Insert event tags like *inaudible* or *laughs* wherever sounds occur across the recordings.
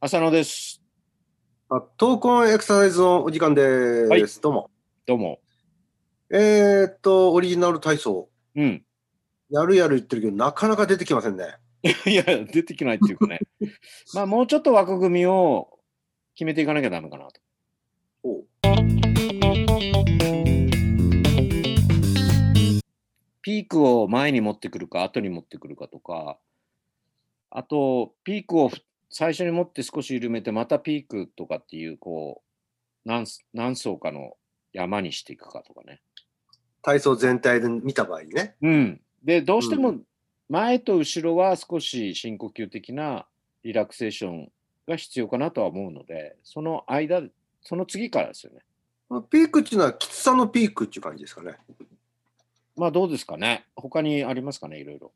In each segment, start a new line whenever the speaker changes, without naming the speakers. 浅野です。
あ闘魂エクササイズのお時間です。
はい
どうも。
どうも。
えー、っと、オリジナル体操、
うん。 *laughs*
やるやる言ってるけど、なかなか出てきませんね。
いや、出てきないっていうかね。まあ、もうちょっと枠組みを決めていかなきゃダメかなと。
おう
ピークを前に持ってくるか、後に持ってくるかとか、あと、ピークをふ最初に持って少し緩めて、またピークとかっていう、こう、何す何層かの山にしていくかとかね。
体操全体で見た場合ね。
うん。で、どうして
う
も前と後ろは少し深呼吸的なリラクセーションが必要かなとは思うので、その間、その次からですよね。
ピークっていうのは、きつさのピークっていう感じですかね。
まあどうですかね。他にありますかね、いろいろ。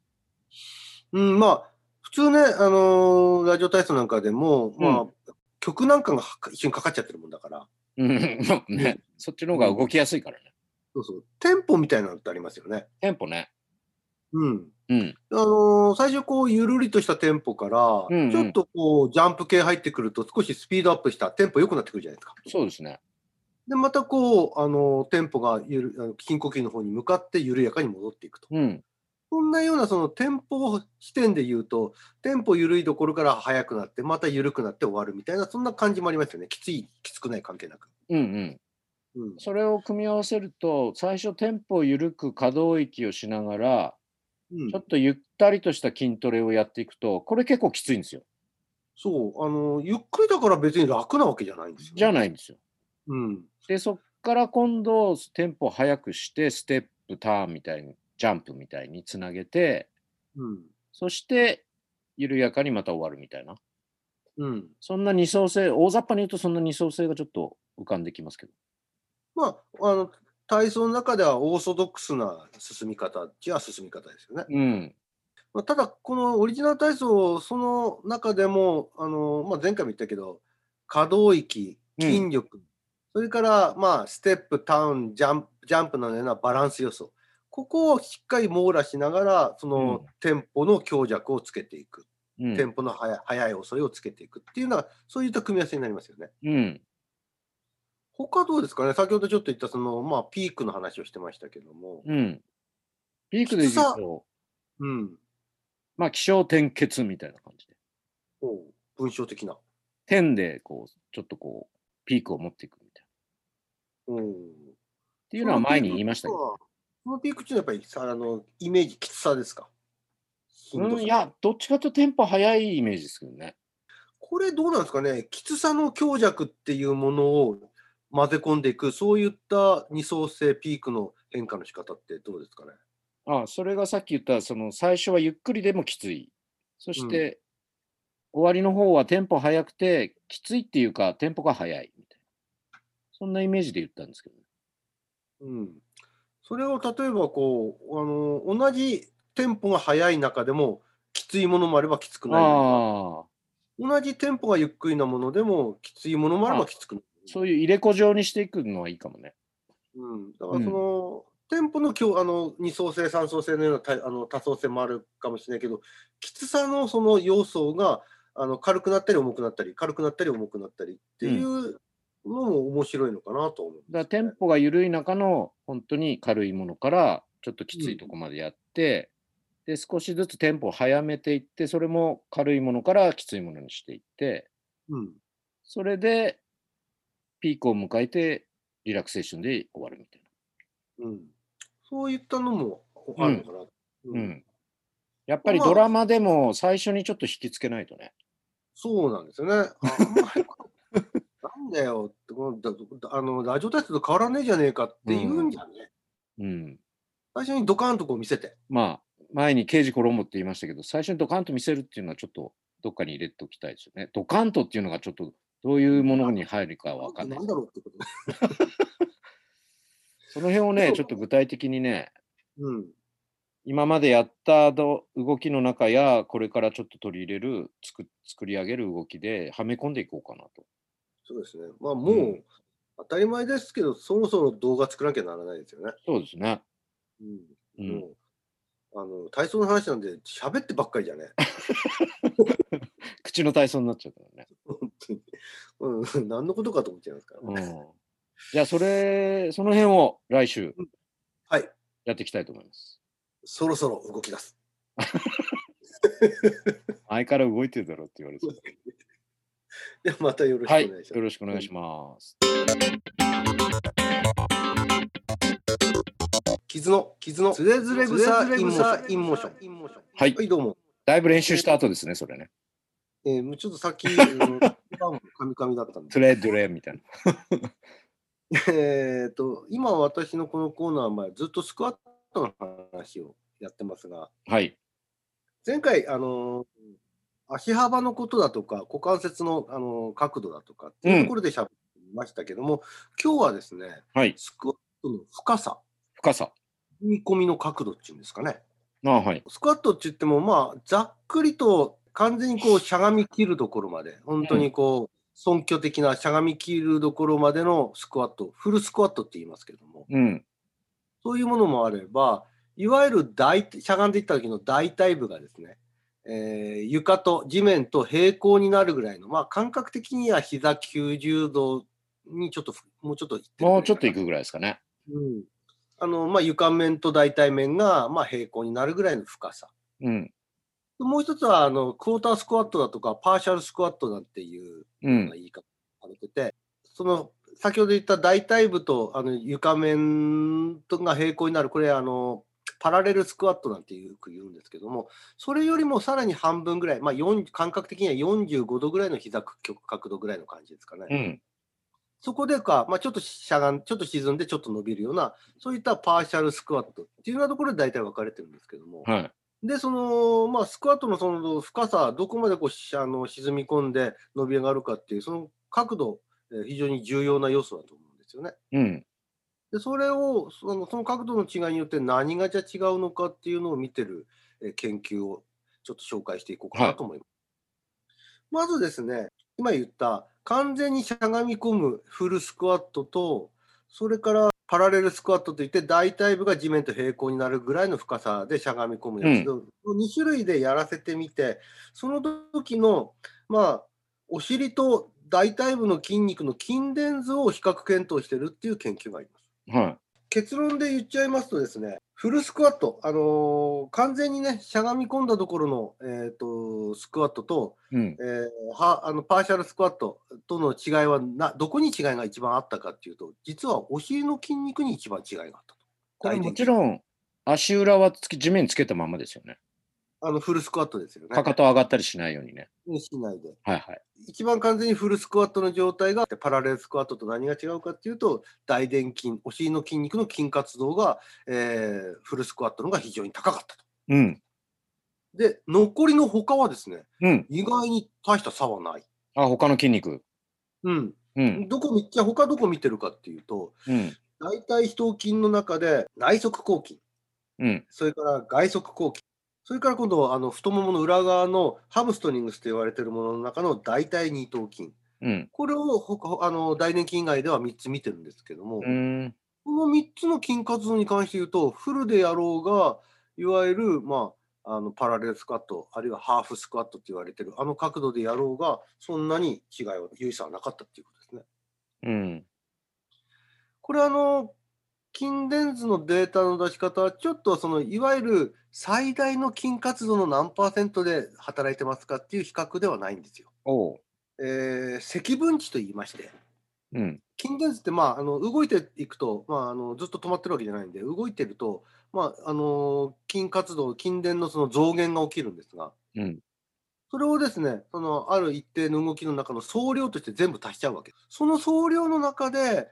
うん、まあ、普通ね、あのーラジオ体操なんかでも、まあ、
う
曲なんかがは一緒にかかっちゃってるもんだから、
うん、まあ *laughs* ね、そっちの方が動きやすいからね。
そうそう、テンポみたいなのってありますよね。
テンポね。
うん。
うん。
あのー最初こうゆるりとしたテンポから、
うんうん
ちょっとこうジャンプ系入ってくると少しスピードアップしたテンポ良くなってくるじゃないですか。
そうですね。
でまたこう、あのーテンポがゆるあの筋呼吸の方に向かって緩やかに戻っていくと。
うん。
こんなようなそのテンポ視点で言うとテンポ緩いところから速くなってまた緩くなって終わるみたいなそんな感じもありますよね。きついきつくない関係なく。
うんうん。
うん、
それを組み合わせると、最初テンポを緩く可動域をしながら、
うん
ちょっとゆったりとした筋トレをやっていくと、これ結構きついんですよ。
そう、あのーゆっくりだから別に楽なわけじゃないんですよ、
じゃ
い。
ないんですよ。
うん
で、そっから今度、テンポを速くして、ステップ、ターンみたいに、ジャンプみたいにつなげて、
うん
そして、緩やかにまた終わるみたいな。
うん
そんな二層性、大雑把に言うとそんな二層性がちょっと浮かんできますけど。
まあ、あの体操の中ではオーソドックスな進み方っちゃ進み方ですよね。
うん。
まあ、ただ、このオリジナル体操、その中でも、あのまあ、前回も言ったけど、可動域、
うん
筋力、それから、まあ、ステップ、ターン、ジャンプジャンプのようなバランス要素、ここをしっかり網羅しながら、その、
うん
テンポの強弱をつけていく、
うん
テンポの速い速い遅いをつけていくっていうのは、そういった組み合わせになりますよね。
うん。
他どうですかね先ほどちょっと言ったその、まあ、ピークの話をしてましたけども、
うん。ピークで言う
きつさ
と、
うん、
まあ、気象転結みたいな感じで。
おう文章的な。
点で、こう、ちょっとこう、ピークを持っていくみたいな。っ
おってて
いうのは前に言いましたけど。
そのピークっていうのはやっぱりさあのイメージきつさですか頻度
う
さ
ん、いや、どっちかというとテンポ早いイメージですけどね。
これどうなんですかねきつさの強弱っていうものを混ぜ込んでいくそういった二層性ピークの変化の仕方ってどうですかね
あそれがさっき言った、その最初はゆっくりでもきつい。そして、終わりの方はテンポ速くて、きついっていうか、テンポが速いみたいな。そんなイメージで言ったんですけどね。
うん、それを例えばこうあの同じテンポが速い中でもきついものもあればきつくないものもある
あ
同
あ、
じテンポがゆっくりなものでもきついものもあればきつくない。
そういう入れ子状にしていくのはいいかもね。
うん、だからその、テンポの強あの二層性三層性のようなたあの多層性もあるかもしれないけどきつさのその要素があの軽くなったり重くなったり軽くなったり重くなったりっていうのも面白いのかなと思う、
だからテンポが緩い中の、本当に軽いものから、ちょっときついとこまでやって、で、少しずつテンポを早めていって、それも軽いものからきついものにしていって、
うん、
それで、ピークを迎えて、リラクセーションで終わるみたい
うん、そういったのもあるのかな。うん
な。うん。やっぱりドラマでも最初にちょっと引きつけないとね。
そうなんですよね。ああんまり *laughs* なんだよってこのだだあのラジオ体操と変わらねえじゃねえかって言うんじゃね、
うん。
最初にドカーンとこう見せて。
まあ、前に刑事コロンボって言いましたけど、最初にドカンと見せるっていうのはちょっとどっかに入れておきたいですよね。ドカンとっていうのがちょっとどういうものに入るかはわかんない
ん。だろうってこと。
その辺をね、ちょっと具体的にね、
うん。
今までやったど動きの中や、これからちょっと取り入れる、作作り上げる動きではめ込んでいこうかなと。
そうですね。まあもう、
うん
当たり前ですけど、そろそろ動画作らなきゃならないですよね。
そうですね。う
うん。
ん
もうあの体操の話なんで喋ってばっかりじゃね。
口の体操になっちゃうからね。
*laughs* うん、何のことかと思っちゃいますから。
うん、じゃあ、それ、その辺を来週
はい、
やっていきたいと思います。
そろそろ動き出す。
前から動いてるだろうって言われてた。
ではまたよろしくお
は
願い
い、
します。
よろしくお願いします。
傷の、傷の、ズレズレ草インモーション。
は
はいい、どうも。
だいぶ練習した後ですね、それね。
えー、もうちょっとさっ
*laughs*
き、うんカミカミだったんで
トレドレみたいな。
えー、と今私のこのコーナー前ずっとスクワットの話をやってますが
はい。
前回あのー足幅のことだとか股関節の、あのー角度だとかっていうところでしゃべりましたけども、今日はですね
はい。
スクワットの深さ
深さ。
踏み込みの角度っていうんですかね
ああはい。
スクワットって言ってもまあざっくりと完全にこうしゃがみ切るところまで本当にこう、尊虚的なしゃがみ切るところまでのスクワットフルスクワットって言いますけども
うん。
そういうものもあれば、いわゆる大しゃがんでいった時の大腿部がですね、えー床と地面と平行になるぐらいの、まあ、感覚的には膝90度にちょっとふ、もうちょっといってるぐらいかな
もうちょっといくぐらいですかね。
うんあのまあ、床面と大腿面が、まあ、平行になるぐらいの深さ。
うん。
もう一つはあの、クォータースクワットだとか、パーシャルスクワットなんていう
う
ようんな。言い方されてて、その先ほど言った大腿部とあの床面とが平行になるこれあのパラレルスクワットなんてよく言うんですけどもそれよりもさらに半分ぐらい、まあ、40感覚的には45度ぐらいの膝角度ぐらいの感じですかね、
うん。
そこでか、まあ、ちょっとしゃがんちょっと沈んでちょっと伸びるようなそういったパーシャルスクワットっていうようなところで大体分かれてるんですけども、
はい。
で、その、まあ、スクワットのその深さ、どこまでこうしあの沈み込んで伸び上がるかっていう、その角度、えー非常に重要な要素だと思うんですよね。
うん。
で、それを、そのその角度の違いによって何がじゃ違うのかっていうのを見てる、えー研究をちょっと紹介していこうか
は
ないと思います。まずですね、今言った完全にしゃがみ込むフルスクワットと、それからパラレルスクワットといって大腿部が地面と平行になるぐらいの深さでしゃがみ込むやつ、
う
2種類でやらせてみて、その時の、まあ、お尻と大腿部の筋肉の筋電図を比較検討してるっていう研究があります。
は
結論で言っちゃいますとですね、フルスクワット、あのー完全にね、しゃがみ込んだところの、えー、とスクワットと、
い。うん
え。ーはあのパーシャルスクワットとの違いはな、どこに違いが一番あったかっていうと、実はお尻の筋肉に一番違いがあったと。
これもち
ん
ろん、足裏はつき地面につけたままですよね。
あのフルスクワットですよね。
かかと上がったりしないようにね。
しないで。
はいはい。
一番完全にフルスクワットの状態がパラレルスクワットと何が違うかっていうと大臀筋お尻の筋肉の筋活動が、えーフルスクワットの方が非常に高かったと。
うん。
で残りの他はですね
うん。
意外に大した差はない。
あ、他の筋肉。
うん、
うん。
どこ見じゃあ他どこ見てるかっていうと
うん。
大腿四頭筋の中で内側後筋
うん。
それから外側後筋それから今度はあの太ももの裏側のハムストリングスと言われてるものの中の大腿二頭筋
うん。
これを他あの大臀筋以外では3つ見てるんですけども、
うん。
この3つの筋活動に関して言うと、フルでやろうが、いわゆる、まあ、あのパラレルスクワット、あるいはハーフスクワットって言われてる、あの角度でやろうが、そんなに違いは、有意差はなかったっていうことですね。
うん。
これ、あの、筋電図のデータの出し方は、ちょっとその、いわゆる最大の筋活動の何パーセントで働いてますかっていう比較ではないんですよ。
おう。
えー積分値と言いまして、
うん。
筋電図って、まあ、あの動いていくと、まあ、あのずっと止まってるわけじゃないんで、動いてると、まあ、あの筋活動、筋電のその増減が起きるんですが、
うん。
それをですね、そのある一定の動きの中の総量として全部足しちゃうわけです。その総量の中で、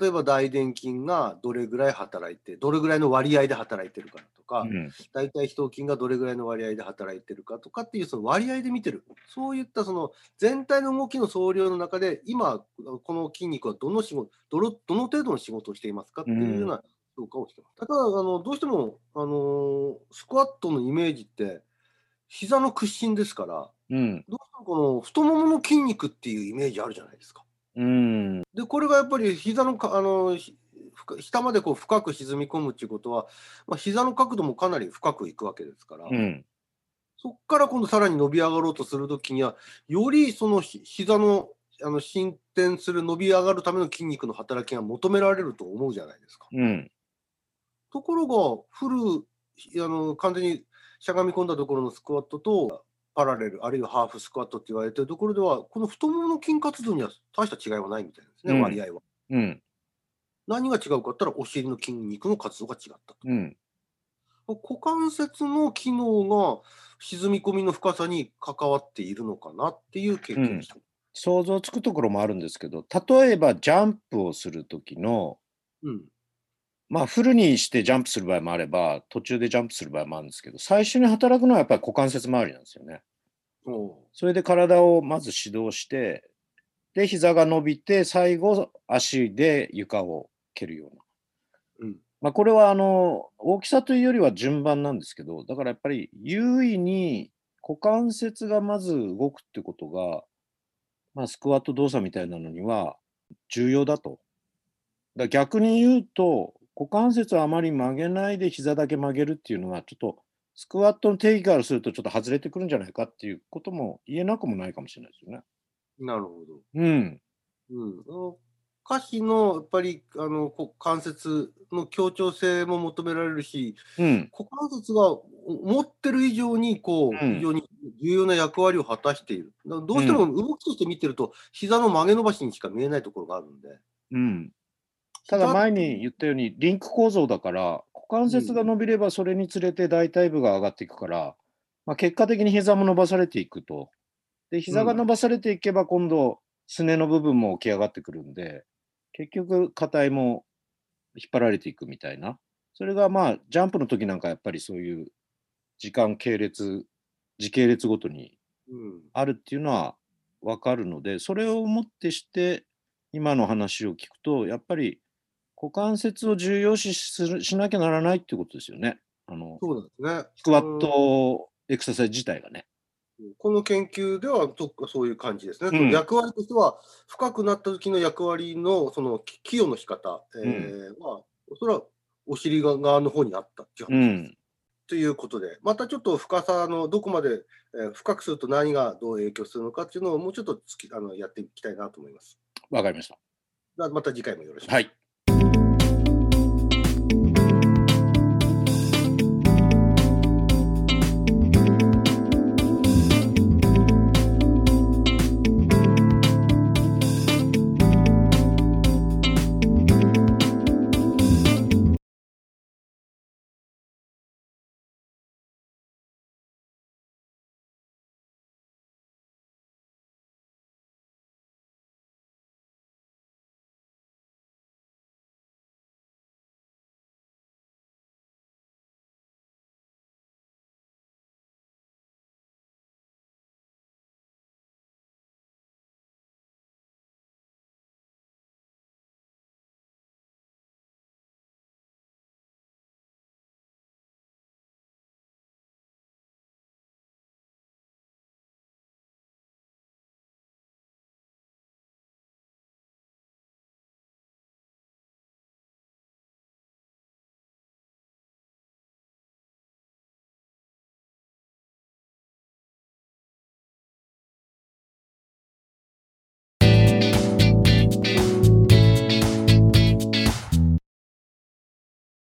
例えば大臀筋がどれぐらい働いて、どれぐらいの割合で働いてるかとか、
うん。
大体頭筋がどれぐらいの割合で働いてるかとかっていうその割合で見てるそういったその全体の動きの総量の中で今この筋肉はどの仕事どのどの程度の仕事をしていますかっていうような評価をしてます、ただあのどうしても、あのースクワットのイメージって膝の屈伸ですからど
うん。
うしてもこの太ももの筋肉っていうイメージあるじゃないですか。
うん。
でこれがやっぱり膝のかあのひ深下までこう深く沈み込むっていうことは、まあ、膝の角度もかなり深くいくわけですから、
うん。
そこから今度さらに伸び上がろうとするときには、よりそのひ膝のあの進展する伸び上がるための筋肉の働きが求められると思うじゃないですか。
うん。
ところがフルあの完全にしゃがみ込んだところのスクワットとパラレルあるいはハーフスクワットって言われてるところではこの太ももの筋活動には大した違いはないみたいですね、
うん
割合は。
うん。
何が違うかって言ったらお尻の筋肉の活動が違ったと。
うん。
股関節の機能が沈み込みの深さに関わっているのかなっていう経験でした。
想像つくところもあるんですけど、例えばジャンプをする時の、
うん。
まあ、フルにしてジャンプする場合もあれば、途中でジャンプする場合もあるんですけど、最初に働くのはやっぱり股関節周りなんですよね。
おう
それで体をまず指導して、で、膝が伸びて、最後、足で床を蹴るような。
うん。
まあ、これはあの大きさというよりは順番なんですけど、だからやっぱり優位に股関節がまず動くってことが、まあ、スクワット動作みたいなのには重要だと。だから逆に言うと、股関節をあまり曲げないで膝だけ曲げるっていうのは、ちょっとスクワットの定義からするとちょっと外れてくるんじゃないかっていうことも言えなくもないかもしれないですよね。
なるほど。
うん。
うん、あの歌詞のやっぱりあのこ関節の協調性も求められるし
うん。
股関節がお思ってる以上にこう、
うん
非常に重要な役割を果たしているだからどうしても動きとして見てると、膝の曲げ伸ばしにしか見えないところがあるんで
うん。ただ前に言ったようにリンク構造だから股関節が伸びればそれにつれて大腿部が上がっていくから、まあ、結果的に膝も伸ばされていくとで膝が伸ばされていけば今度すねの部分も起き上がってくるんで結局硬いも引っ張られていくみたいなそれがまあジャンプの時なんかやっぱりそういう時間系列時系列ごとに
うん
あるっていうのは分かるのでそれをもってして今の話を聞くとやっぱり股関節を重要視するしなきゃならないってことですよね。あの
そうなんですね
スクワットエクササイズ自体がね。
うんこの研究ではとそういう感じですね、
うん
役割としては深くなった時の役割のそのき寄与の仕方、えーはそれはお尻側の方にあったっていう
う
話です。
ん。
ということで、またちょっと深さのどこまで、えー深くすると何がどう影響するのかっていうのをもうちょっとつきあのやっていきたいなと思います。
わかりまし
ままた次回もよろしく。
た。はい。